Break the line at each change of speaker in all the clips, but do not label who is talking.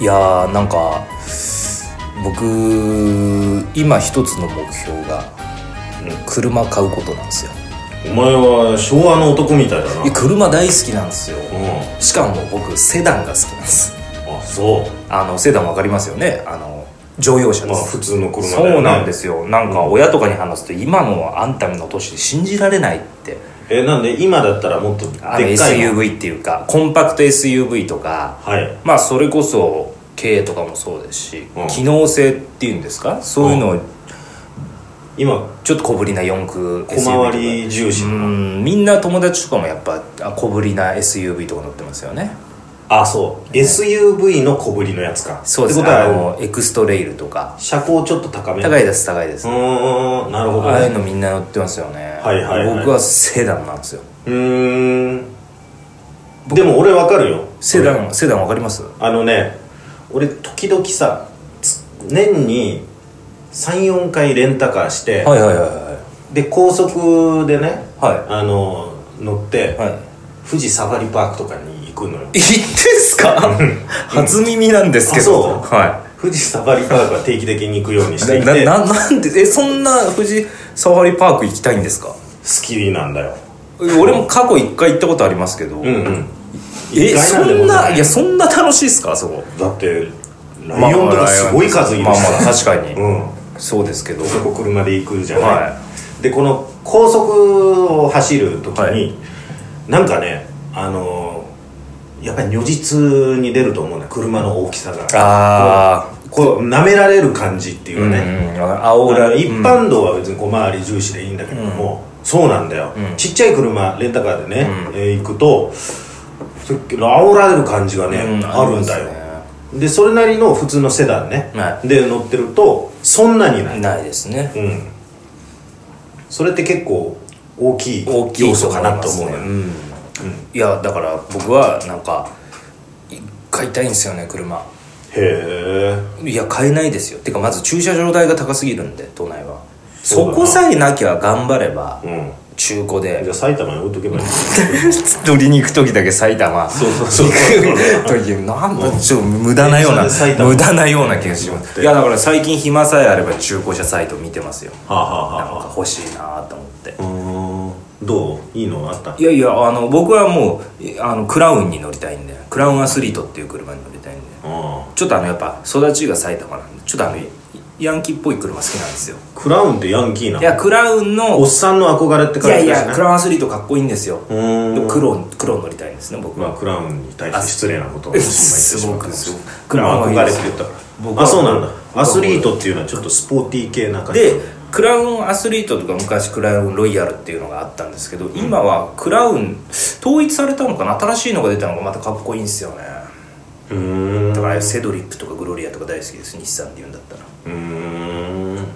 いやーなんか僕今一つの目標がうん車買うことなんですよ
お前は昭和の男みたいだない
や車大好きなんですよ
う
しかも僕セダンが好きなんです
んあそ
あのセダンわかりますよねあの乗用車
う
で、
ますあ普通の車だよね
そうなんですすよなんか親とかに話すと今のあんたの年で信じられないって
えなんで今だったらもっとでっ
あの
かいの
SUV っていうかコンパクト SUV とか
はい
まあそれこそ軽とかもそうですし、
うん
機能性っていうんですかそういうのを
今
ちょっと小ぶりな四駆 SUV
小回り重
と
視
かう
の
んみんな友達とかもやっぱあ小ぶりな SUV とか乗ってますよね
あそう SUV の小ぶりのやつか
そうで
っ
す
てこと
あ
は
のエクストレイルとか
車高ちょっと高め
高いです高いです
うーんなるほど
ああいう
ね
のみんな乗ってますよね、
はいはいはい
僕はセダンなんですよ
うーんでも俺わかるよ
セダンセダンわかります
あのね俺時々さつ年に34回レンタカーして、
はいはいはい
で高速でね
は
あの乗って、
いはい
富士サファリパークとかに行くのよ
言ってんすか初耳なんですけど
あそう
は
富士サファリパークは定期的に行くようにしてい
い
て
なななんでえそんな富士サファリパーク行きたいんですか
好きなんだよ
俺も過去1回行ったことありますけど、
うんうん
え
意外
そ
でも
んないやそんな楽しいっすかあそこ
だってライオンとかすごい数いるし
まあまあ確かに、
うん
そうですけど
そこ車で行くじゃない、
は
でこの高速を走る時に、
はい
なんかねあのーやっぱり如実に出ると思うんだ車の大きさが
あー
こう舐められる感じっていう
う
か
ん、
ね、
うん、あお
あ
ら
の一般道は別に小回り重視でいいんだけども、そうなんだよ、
ん
ちっちゃい車レンタカーでね、えー行くとそれ煽られる感じがね、
うん
あるんだ
あります
よでそれなりの普通のセダンね、
は
で乗ってるとそんなにない、
ないですね
うん、それって結構大きい
大きい
要素かなと思うのよ、
ねんいやだから僕はなんかい買いたいんですよね車
へえ
いや買えないですよてかまず駐車場代が高すぎるんで都内は
そう
そ
だな
こさえなきゃ頑張れば
うん
中古
じ
で
ゃあ埼玉に置いとけば いい
取りに行く時だけ埼玉
そうそ うそう
行く時なんだちょっと無駄なような
電車で埼玉
無駄なような気がしますいやだから最近暇さえあれば中古車サイト見てますよ
はあは
なん
あは
か欲しいなと思って
あうーんどういいのあった
いやいやあの僕はもういあのクラウンに乗りたいんでクラウンアスリートっていう車に乗りたいんで
うん
ちょっとあのやっぱ育ちが埼玉なんでちょっとあのヤンキーっぽい車好きなんですよ
クラウンってヤンキーない
やクラウンの
おっさんの憧れって
い
感
や
じ
い
だしね
やクラウンアスリートかっこいいんですよ
うーん
黒黒乗りたいんですね僕
まあ
は
クラウンに対して失礼なことを
あ
今言ってしまったかもしれない
すごく
クラウン
すごく
憧れって言ったか
僕
ら
は
あそうなんだアスリートっていうのはちょっとスポーティー系な感じ
でクラウンアスリートとか昔クラウンロイヤルっていうのがあったんですけど今はクラウン統一されたのかな新しいのが出たのがまたかっこいいんですよね
うーん
だからセドリックとかグロリアとか大好きです日産で言うんだったら
うーん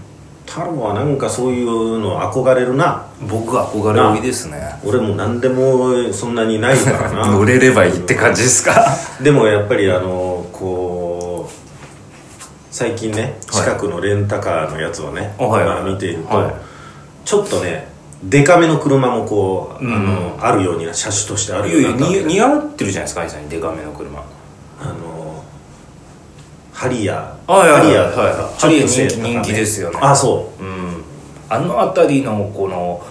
太郎はなんかそういうの憧れるな
僕は憧れ多いですね
俺も何でもそんなにないから な
れればいいって感じですか
でもやっぱりあのこう最近ね近くのレンタカーのやつをね、
あはいはい
まあ見ていると、
はい
ちょっとねデカめの車もこう、
うん
あのあるようにな車種としてある
い
よ
や
うに
いや
なったんだ
似
よね
似合ってるじゃないですか愛さんにデカめの車
あのハリアー
あいや
ハリ
は
アー
いはいはい
ちょっと
ハリアー人気
背高め
人気ですよね
あそ
うんあの辺りのこの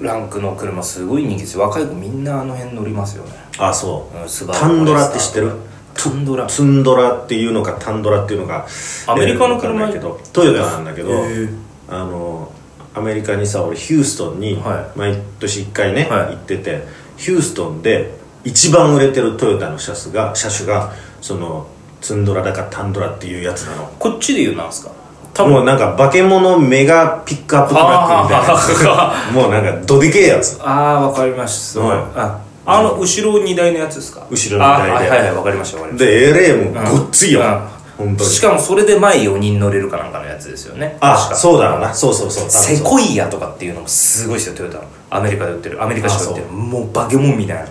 ランクの車すごい人気ですよ若い子みんなあの辺乗りますよね、
うあそう、
うん、スバル
タンドラって知ってる
タンドラ
ツンドラっていうのかタンドラっていうのか
アメリカの
えーわか
車
んないけどトヨタなんだけど、
へー
あのアメリカにさ俺ヒューストンに
は
毎年1回ね、
はい
行っててヒューストンで一番売れてるトヨタの車種が車種がそのツンドラだかタンドラっていうやつなの
こっちで言うなんすか
多分なんか化け物メガピックアップトラックみたいな
あ
もうなんかどでけえやつ
あーわかりました、
はい
ああの後ろ荷台のやつですか
後ろ荷台で
あはいはいはいわかりましたわかりまし
でえれえもん
うん
ごっついよ
うん
本当
た
に
しかもそれで前4人乗れるかなんかのやつですよね
あ
確か
そうだろうなそうそうそう多分そう
セコイアとかっていうのもすごいですよトヨタのアメリカで売ってるアメリカ車で売ってるもう化け物みたいな
うん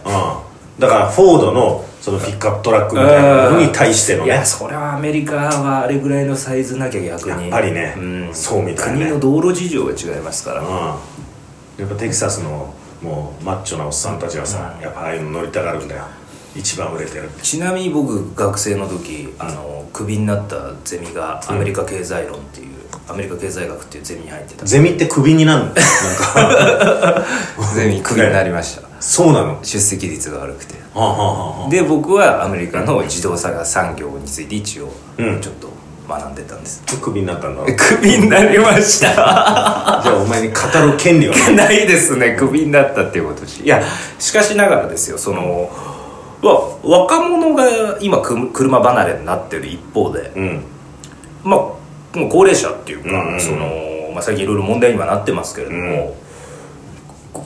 だからフォードのそのピックアップトラックみたいなのに対しての
い
ね
やそれはアメリカはあれぐらいのサイズなきゃ逆に
やっぱりね
うん、
そうみたいね
国の道路事情が違いますから、
うんやっぱテキサスのもうマッチョなおっさんたちはさ、やっぱああいうの乗りたがるんだよ一番売れてる
ちなみに僕学生の時あのクビになったゼミがアメリカ経済論っていう、アメリカ経済学っていうゼミに入ってた
ゼミってクビになるのなんか
ゼミクビになりました、
そうなのは
出席率が悪くて
あはあはあ
で僕はアメリカの自動車産業について一応
うん
ちょっと学んでたんです、
でクビになったんだろじ
クビになりました
ゃあお前に語る権利はない
ないですねクビになったっていうことしいやしかしながらですよそのわ若者が今く車離れになってる一方で、
うん
まあ、もう高齢者っていうか、
うんうん
そのまあ、最近いろいろ問題にはなってますけれども、こ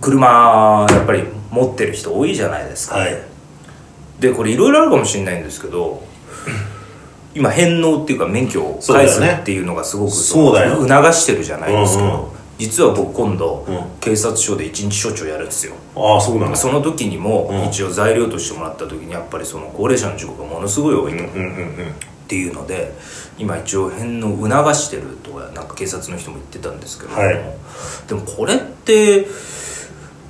車やっぱり持ってる人多いじゃないですか、
はい
でこれいろいろあるかもしれないんですけ ど今返納っていうか免許を
そうだ
返
よ
す
ね
っていうのがすごく
そうだよ
促してるじゃないですか、
うんうん
実は僕今度、
うん
警察署で一日署長やるんですよ
ああそうなの
その時にも、
うん
一応材料としてもらった時にやっぱりその高齢者の事故がものすごい多いと、
うんうんう
っ
ん
ていうので今一応返納を促してるとかなんか警察の人も言ってたんですけども、
はい
でもこれって、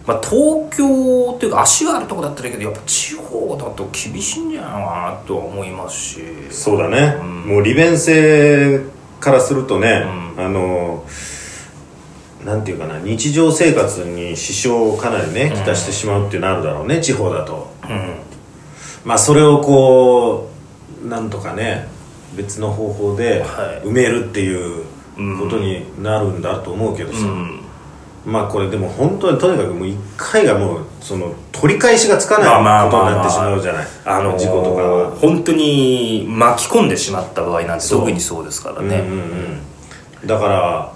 まあ、東京っていうか足があるとこだったらいいけどやっぱ地方だと厳しいんじゃないかなとは思いますし
そうだね、もう利便性からするとね、あのなんていうかな日常生活に支障をかなりねきたしてしまうっていうのはあるだろうね、地方だと
うん
まあそれをこうなんとかね別の方法で
はい
埋めるっていうことになるんだと思うけどさ、
うん
まあこれでも本当にとにかくもう1回がもうその取り返しがつかない
まあまあ
こと
まあま
に
あ
なってしまうじゃない、
あのー
事故とかは。
本当に巻き込んでしまった場合なんて
そう
特にそうですからね、
うんうんうん、だから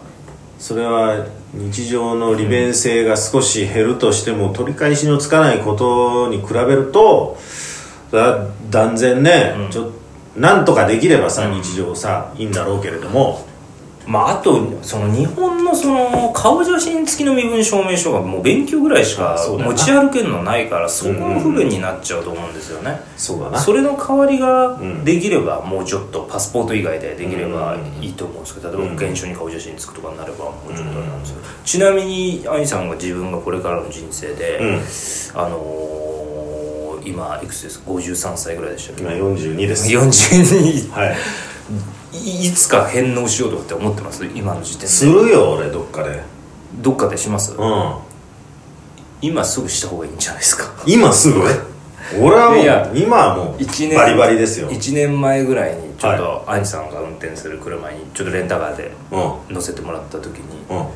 それは日常の利便性が少し減るとしても、取り返しのつかないことに比べるとだ断然ね、ちょなんとかできればさ日常さいいんだろうけれども、
まあ、あとその日本のその顔写真付きの身分証明書がもう勉強ぐらいしか
そうだよ
持
な
ち歩けるのないからそこの不便になっちゃうと思うんですよね、
そうだな
それの代わりが
ん
できればもうちょっとパスポート以外でできれば
うん
いいと思うんですけど例えば保険証に顔写真付くとかになればもうちょっとあれなんですけどちなみに兄さんが自分がこれからの人生で、
うん
あのー今いくつですか53歳ぐらいでしたっけ
今42です
42
はい
いいつか返納しようとかって思ってます今の時点
す
で
るよ俺どっかで
どっかでします、
うん
今すぐした方がいいんじゃないですか
今すぐ俺はい
や
もう今はも
一年
うバリバリですよ、うん、
1年前ぐらいにちょっと兄さんが運転する車にちょっとレンタカーで乗せてもらった時に
うんうん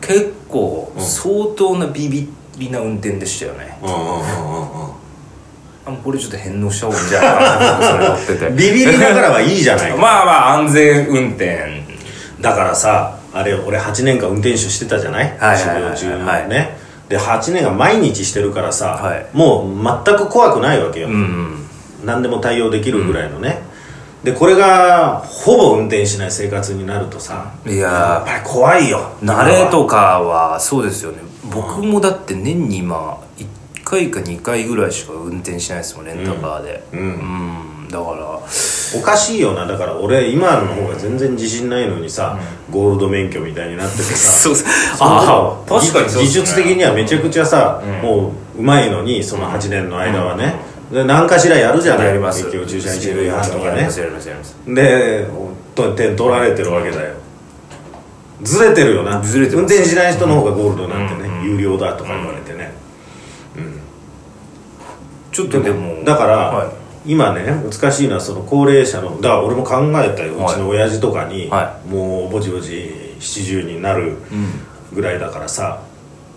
結構相当なビビりな運転でしたよね
うんうんうんうん
あこれちょっと返納した方がいいんじゃないかなそれ乗って
ビビりながらはいいじゃない
て
か
まあまあ安全運転
だからさあれ俺8年間運転手してたじゃない
はいはいはいはい
修行中のねで8年間毎日してるからさ、
はい
もう全く怖くないわけよ、
うん
何でも対応できるぐらいのね、でこれがほぼ運転しない生活になるとさ
い
や
や
っぱり怖いよ
ー慣れとかはそうですよね僕もだって年に今1回か2回ぐらいしか運転しないですもんレンタカーで
うん
うんだから
おかしいよなだから俺今の方が全然自信ないのにさ、ゴールド免許みたいになっててさ
そうそう
ああ
確かにそうっすね
技術的にはめちゃくちゃさ、もううまいのにその8年の間はね、で何かしらやるじゃない
やります
結局駐車一塁違反とか
やり
ね
ますやりますやります
でと点取られてるわけだよずれてるよな
ずれてます
運転しない人の方がゴールドなんてね、
うん
有料だとか言われてね、
ちょっとでも
だから、
はい
今ね難しいのはその高齢者のだから俺も考えたよ、
はいう
ちの親父とかに、
は
もうぼちぼち70になるぐらいだからさ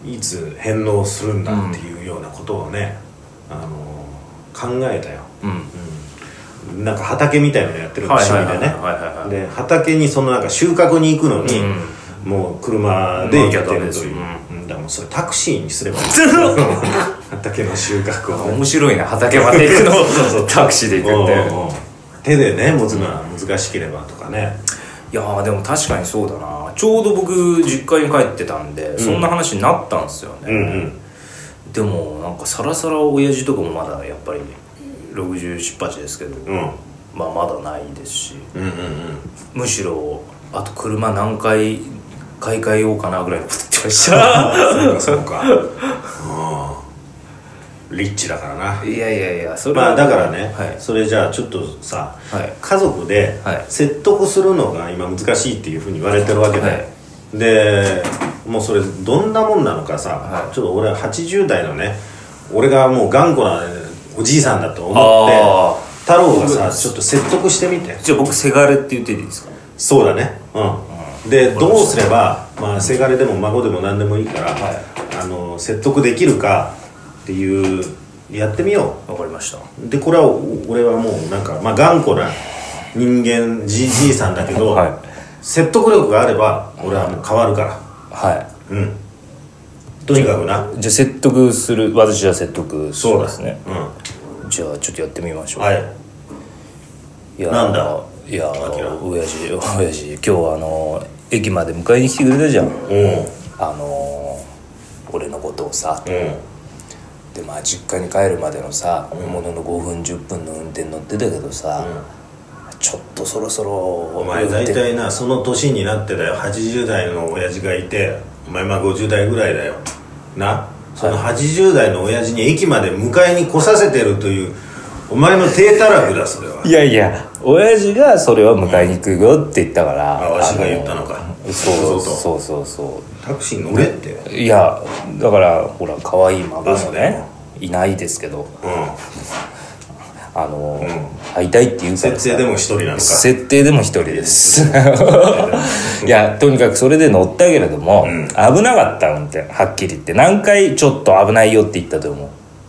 いつ返納するんだっていうようなことをね、あの考えたよ
うん
なんか畑みたいなのやってるの趣味でね
はいはいはいはいはいはい
で畑にそのなんか収穫に行くのに、
うん
もう車で行け
まあ
て
ダメ
る
で
と
す
いう
よ、
うんだからもうそれタクシーにす ればいい 畑の収穫をね
面白いな畑まで行くのタクシーで行くって
うんうん手でね持つのは難しければとかね
いやーでも確かにそうだなちょうど僕実家に帰ってたんでそんな話になったんですよね、
うん
でもなんかさらさら親父とかもまだやっぱり60失敗ですけど、
うんうん
まあまだないですし
うんうん
むしろあと車何回買い替え ようかなぐらいのこと言ってました
うんそうかそうかうんリッチだからな。
いやいやいやそれ
ま
は
あだからね、
はい
それじゃあちょっとさ、
はい
家族で
はい
説得するのが今難しいっていうふうに言われてるわけで、
はい
でもうそれどんなもんなのかさ、
はい
ちょっと俺80代のね俺がもう頑固なおじいさんだと思って
ああ
太郎がさちょっと説得してみて
じゃあ僕せがれって言ってていいですか
そうだねうん、でどうすれば、まあ、せがれでも孫でも何でもいいから、
は
あの説得できるかっていうやってみよう
わかりました
でこれはお俺はもうなんか、まあ、頑固な人間じじいさんだけど、
はい
説得力があれば俺はもう変わるから
は
うんとにかくない
じゃあ説得する私は説得し
そう
ま
ですす
ね
ねう
じゃあちょっとやってみましょ
ん
う、
はい
いやー
なんだ
いやー
アキラ
親父 親父今日はあのー駅まで迎えに来てくれたじゃん
うん
あのー俺のことをさ
うん
でまあ実家に帰るまでのさものの5分10分の運転乗ってたけどさ、ちょっとそろそろ
お
お
前大体なその年になってだよ80代の親父がいてお前まあ50代ぐらいだよなその80代の親父に駅まで迎えに来させてるというお前の低たらくだそれはい
やいや親父がそれは迎えに行くよって言ったから、
あわしが言ったのか
あのそう
そう
そうそうそ
タクシーに乗れって
ういやだからほら可愛い孫も
バスで
ね
も
いないですけど
うん
あの、
ん
会いたいって言うから
設定でも一人なのか
設定でも一人です いやとにかくそれで乗ったけれども、
うん
危なかった運転はっきり言って何回ちょっと危ないよって言ったと思う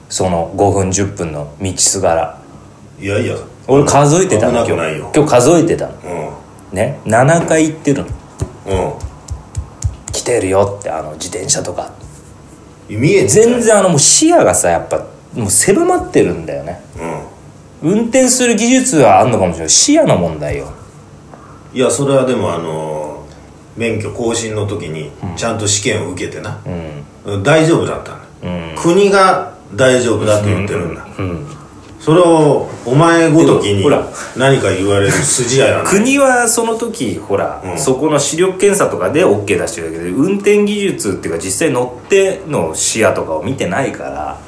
その5分10分の道すがら
いやいや
俺数えてた
危な
の
く
今
ない
日
よ
今日数えてたの
うん
ね7回行ってるの
う
来てるよってあの自転車とか
ん見えてた
全然あのもう視野がさやっぱもう狭まってるんだよね
う
運転する技術はあんのかもしれない視野の問題よ
んいやそれはでもあのー免許更新の時にちゃんと試験を受けてな、大丈夫だったんだ、国が大丈夫だと言ってるんだ、それをお前ごときに
でもほら
何か言われる筋合 いはない
国はその時ほら、
うん
そこの視力検査とかで OK 出してるだけで運転技術っていうか実際乗っての視野とかを見てないから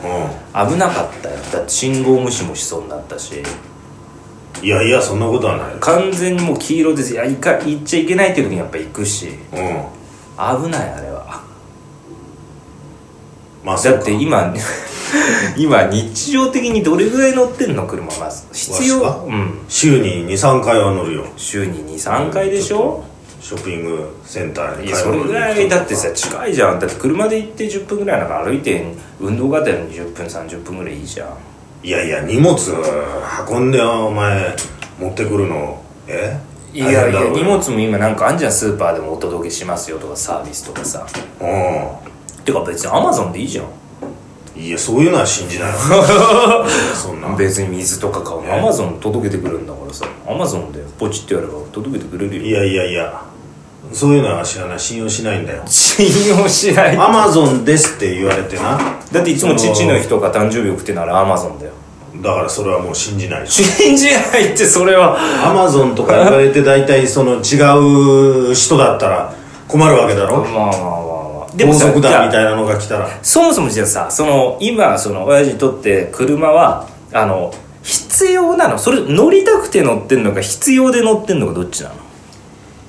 危なかったよだって信号無視もしそうになったし
うん、いやいやそんなことはない
完全にもう黄色ですいやいか行っちゃいけないっていう時にやっぱ行くし
うん
危ないあれは
まあ
だって今 今日常的にどれぐらい乗ってんの車まず必
わしか
要うん
週に23回は乗るよ
週に23回でしょ
ショッピングセンター
い
に
や
買い
それ
物に行く
ぐらいだってさ近いじゃんだって車で行って10分ぐらいなんか歩いて運動がてら20分30分ぐらいいいじゃん
いやいや荷物運んでお前持ってくるのえ
いやいや荷
物
物も今なんかあんじゃんスーパーでもお届けしますよとかサービスとかさてか別にアマゾンでいいじゃん
うんいやそういうのは信じない わそんな
別に水とか買うのアマゾン届けてくるんだからさアマゾンでポチってやれば届けてくれる
い
よ
やいやいやそういうのは知らない信用しないんだよ
信用しない
アマゾンですって言われてな
だっていつも父の日とか誕生日送ってならアマゾンだよ
だからそれはもう信じない
信じないってそれは
アマゾンとか言われて大体その違う人だったら困るわけだ
まあ
ろ
まあまあまあ
暴
さ
族
じゃ
団
あ
みたいなのが来たら
そもそもじゃあさその今その親父にとって車はあの必要なのそれ乗りたくて乗ってんのか必要で乗ってんのかどっちなの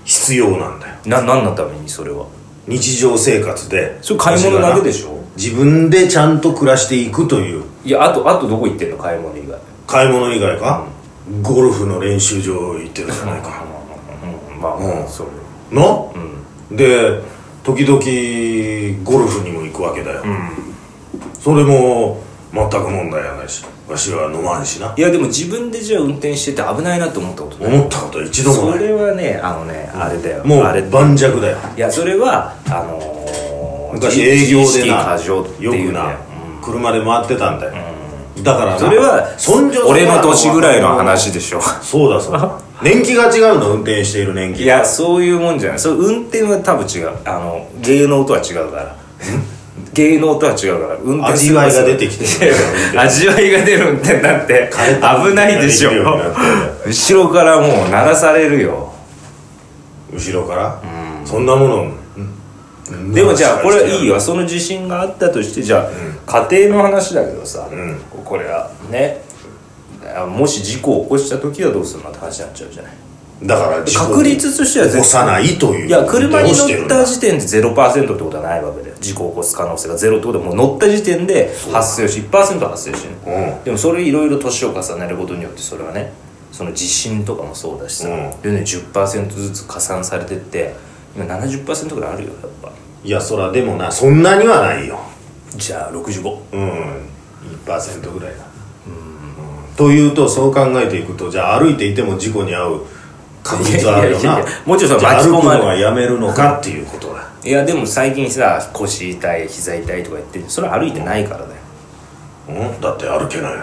必要なんだよ
な何のためにそれは
日常生活で
それ買い物だけでしょ
自分でちゃんと暮らしていくという
いやあとあとどこ行ってんの買い物以外
買い物以外か、ゴルフの練習場行ってるじゃな いか
うんまあ、
うん
それ
の、で時々ゴルフにも行くわけだよ、それも全く問題はないしわしは飲まんしない
やでも自分でじゃあ運転してて危ないなと思ったことない
思ったことは一度も
そ
ない
れはねあのねあれだよ
も
あれ
う盤石だよ
いやそれはあのー、
昔
自
営業
自意
で
識
な
過剰って
よ
い
く
うね
な、車で回ってたんだよ、だからな
それは
そんじょそこら
俺の年ぐらいの話でしょ
そうだそう だ年季が違うの運転している年季
いやそういうもんじゃないそれ運転は多分違うあの芸能とは違うから 芸能とは違うから運転する
味わいが出てきてる
いや 味わいが出るんってだって
枯れた運
危な
転
い
が
で
でき
しょ
るようになってる
後ろからもう鳴らされるよ
後ろから、そんなものうん
でもじゃあこれはいいよその自信があったとしてじゃあ家庭の話だけどさ、
ん
これはねもし事故を起こした時はどうするのって話になっちゃうじゃない
だから事故
確率としては
起こ
絶
さないという
いや車に乗った
どうして
時点で0%ってことはないわけだよ事故を起こす可能性がゼロってことはもう乗った時点で発生し1%発生してる、
るんだ
でもそれいろいろ年を重ねることによってそれはねその自信とかもそうだしさ、
うん
でね10%ずつ加算されてって今70%ぐらいあるよやっぱ
うんいやそらでもなそんなにはないよ
じゃあ65
うん1%ぐらいだ、うん、というとそう考えていくとじゃあ歩いていても事故に遭う確率はあるよ
いや
ない
やいやもちろん
じゃあ
巻き
歩
込
くの
まれる
はやめるのかっていうことだ
いやでも最近さ腰痛い膝痛いとか言ってるそれは歩いてないからだよ
うんだって歩けないよ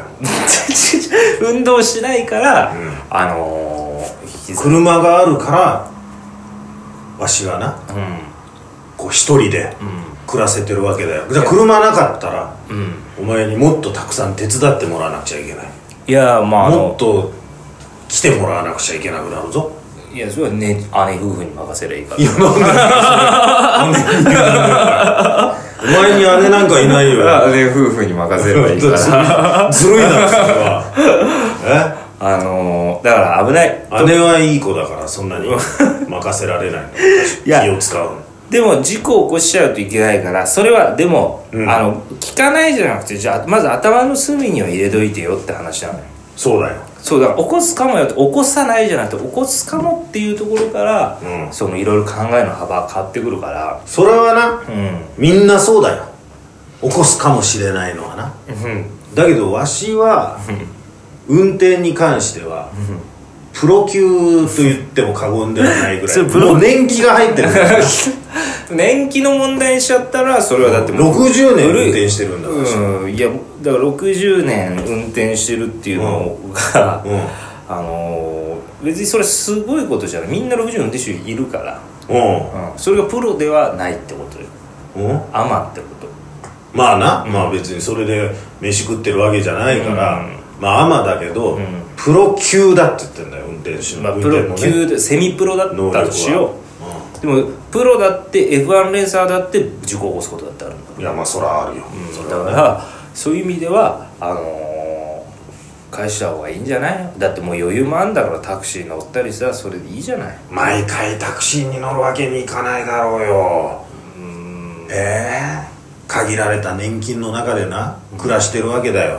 運動しないから、
ん
あのー、膝
車があるからわしがな
う
こう一人で暮らせてるわけだよじゃあ車なかったら
んうん
お前にもっとたくさん手伝ってもらわなくちゃいけない
いやまああ
もっ
の
と来てもらわなくちゃいけなくなるぞ
いやそれはね姉夫婦に任せりゃいいから
いやなんでお前に姉なんかいないよ
姉夫婦に任せ
ず
れば
る
い
い
い
ず
か
るいなそれ
ら
は
あのー、だから危ない
え姉はいい子だからそんなに任せられないの
いや
気を使うの
でも事故を起こしちゃうといけないからそれはでも、
うん
あの聞かないじゃなくてじゃあまず頭の隅には入れといてよって話なのよ
そうだよ
そうだから起こすかもよって起こさないじゃなくて起こすかもっていうところから、
うん
そのいろいろ考えの幅が変わってくるから
それはな
うん
みんなそうだよ起こすかもしれないのはな
うん
だけどわしは運転に関してはプロ級と言っても過言ではないぐらい
それプロ
もう年季が入ってるんだよ
年季の問題にしちゃったらそれはだってもう
60年運転してるんだから
うんいやだから60年運転してるっていうのが、
うん
あのー別にそれすごいことじゃないみんな60年運転手いるから、
う
うん、それがプロではないってことよ
んうん
アマってこと
まあな、まあ別にそれで飯食ってるわけじゃないから、まあアマだけど、
ん
プロ級だって言ってんだよ運転手の、
まあ
運
プ
転
ロ級で、セミプロだっ
能力
た
は
としようでもプロだって F1 レーサーだって事故を起こすことだってあるんだ
いやまあそらあるよ、それ
だ
は
か
ね
らそういう意味ではあのー返した方がいいんじゃないだってもう余裕もあんだからタクシー乗ったりさそれでいいじゃない
毎回タクシーに乗るわけにいかないだろうよええ限られた年金の中でな暮らしてるわけだよ、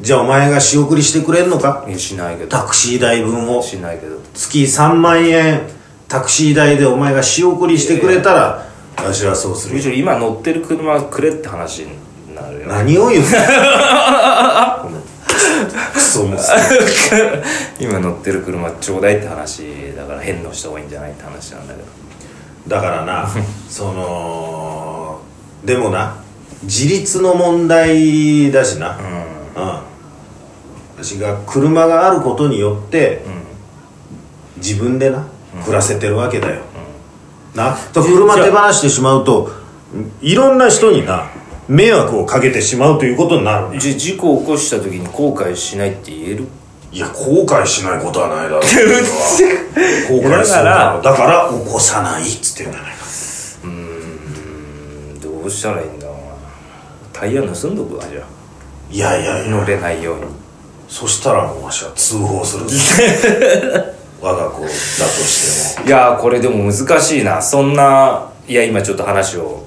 じゃあお前が仕送りしてくれんのか
いやしないけど
タクシー代分を
しないけど
月3万円タクシー代でお前が仕送りしてくれたら私はそうするよ
むしろ今乗ってる車はくれって話になるよ
何を言うのごめんクソもう
今乗ってる車ちょうだいって話だから返納した方がいいんじゃないって話なんだけど
だからな そのでもな自立の問題だしなうん、私が車があることによって、自分でな暮らせてるわけだよ、なと車手放してしまうといろんな人にな迷惑をかけてしまうということになる
じゃあ事故を起こした時に後悔しないって言える
いや後悔しないことはないだ ろう後
いや
悔
だ
す
か
るだ
ら
ろうだから起こさないっつってんじゃないか
うんどうしたらいいんだろうなタイヤ盗んどくわじゃ
いやいや
あ
いや
乗れないように
そしたらもうわしは通報する 我が子だとしても
いやーこれでも難しいなそんないや今ちょっと話を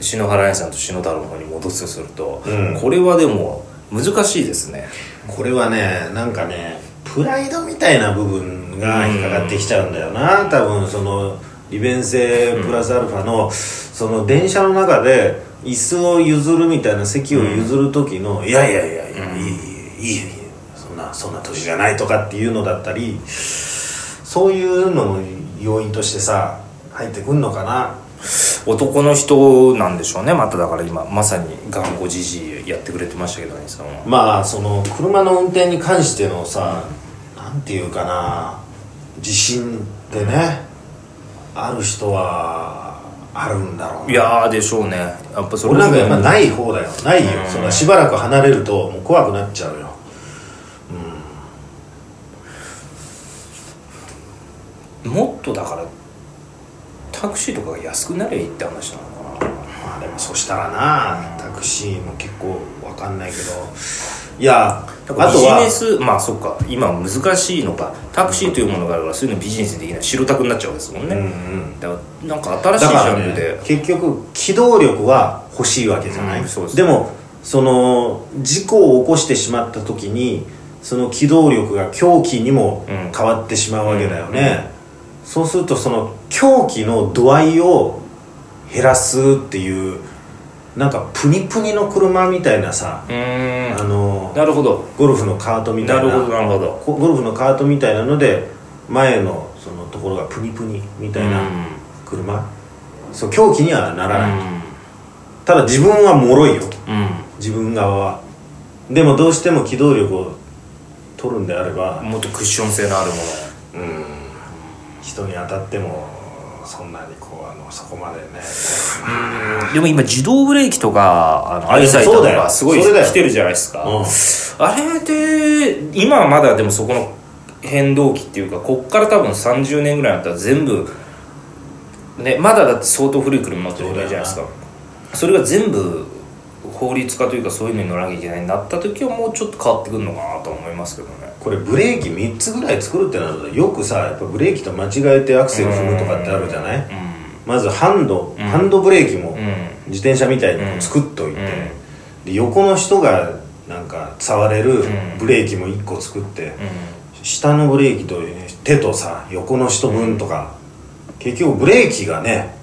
篠原兄さんと篠太郎の方に戻すとすると、
うん
これはでも難しいですね
これはねなんかねプライドみたいな部分が引っかかってきちゃうんだよな多分その利便性プラスアルファの、その電車の中で椅子を譲るみたいな席を譲る時の、いやいやいやいや、いいいいいいいいそんなそんな年じゃないとかっていうのだったりそういうのも要因としてさ入ってくんのかな
男の人なんでしょうねまただから今まさに頑固じじいやってくれてましたけど兄さんは
まあその車の運転に関してのさ、なんていうかな自信ってねある人はあるんだろうない
やーでしょうねやっぱそれ
俺なんかやっぱ
い
ない方だよないよ、そんなしばらく離れるともう怖くなっちゃうよ
もっとだからタクシーとかが安くなりゃいいって話なのかな
まあでもそしたらなタクシーも結構わかんないけどいやあと
ビジネ
は
スまあそっか今難しいのかタクシーというものがあるからそういうのビジネスにできない白タクになっちゃうわけですもんね、
うんうん
だからなんか新しい
だ
ジ
から
ャンル
ね
で、
結局機動力は欲しいわけじゃない、
うんそうです
でもその事故を起こしてしまった時にその機動力が狂気にも
うん
変わってしまうわけだよね、そうするとその狂気の度合いを減らすっていうなんかプニプニの車みたいなさ、
うー
あ
ん
の
なるほど
ゴルフのカートみたい
な
な
るほどなるほど
こゴルフのカートみたいなので前のそのところがプニプニみたいな
うん
車、そう狂気にはならない、
う
ただ自分は脆いよ
んうん
自分側はでもどうしても機動力を取るんであれば、
もっとクッション性のあるもの
うん人に当たってもそんなにこうあのそこまでね
でも今自動ブレーキとかあのア
あで
イ
も
サイト
そ
と
うだよ
かすごい
それだよ
来てるじゃないですか、
うん
あれで今はまだでもそこの変動期っていうかこっから多分30年ぐらいだったら全部ねまだだって相当古い車乗ってるわけじゃないですかそれが全部法律化というかそういうのに乗らなきゃいけないになった時はもうちょっと変わってくるのかなと思いますけどね
これブレーキ3つぐらい作るってなるとよくさやっぱブレーキと間違えてアクセル踏むとかってあるじゃないまずハンド、ハンドブレーキも
うん
自転車みたいにこう作っといて、
うん
で横の人がなんか触れるブレーキも1個作って、
う
下のブレーキと手とさ横の人分とか、結局ブレーキがね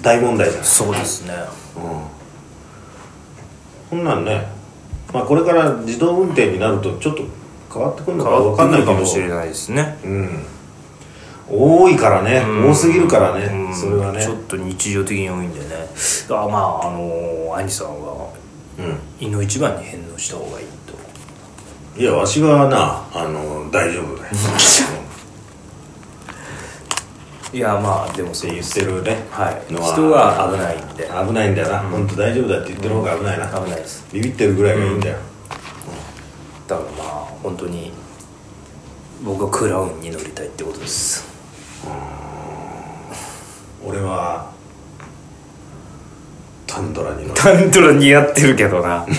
大問題じ
ん
ゃない
そうですね
こんなんね、まあ、これから自動運転になるとちょっと変わってくるの
変
か分
わ
かん
って
な
く
い
るか
けど
もしれないですね
うん、多いからね、
うん
多すぎるからね、
うん
それはね
ちょっと日常的に多いんでねあまああの兄さんは
うん
胃の一番に返納した方がいいと
いやわしはなあの大丈夫だよ
いやまあでも
っ
そう
て
い
言
う
ってるね、
はい
のは
人は危ないんで
危ないんだよな、ほんと大丈夫だって言ってる方が危ないな、
危ないです
ビビってるぐらいがいいんだよ、
だからまあ本当に僕はクラウンに乗りたいってことです
俺はタンドラに乗る
タントラ似合ってるけどなわか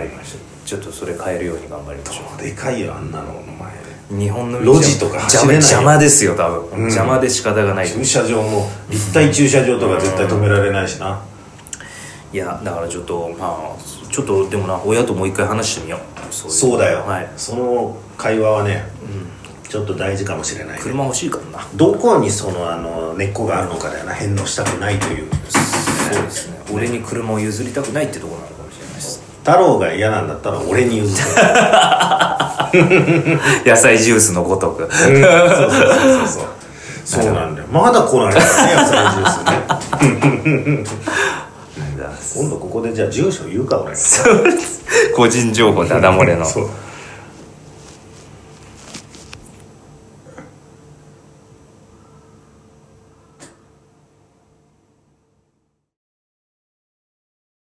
りましたちょっとそれ変えるように頑張りましょ
でかいよあんなのお前
う日本の道は
路地とか走れないよ
邪魔邪魔ですよ多分、
ん
邪魔で仕方がない
駐車場も立体駐車場とか絶対止められないしな、
いやだからちょっとまあちょっとでもな親ともう一回話してみようそい
そうだよ、
はい
その会話はね、ちょっと大事かもしれないね、
車欲しいからな
どこにそのあの根っこがあるのかだよな返納したくないという
そうですね俺に車を譲りたくないってところなのかもしれないです
太郎が嫌なんだったら俺に譲る
野菜ジュースのごと く
うんそうそうそうそうそうなんだよまだ来ないからね野菜ジュースね今度ここでじゃあ住所言うか俺
個人情報ダダ漏れの
そう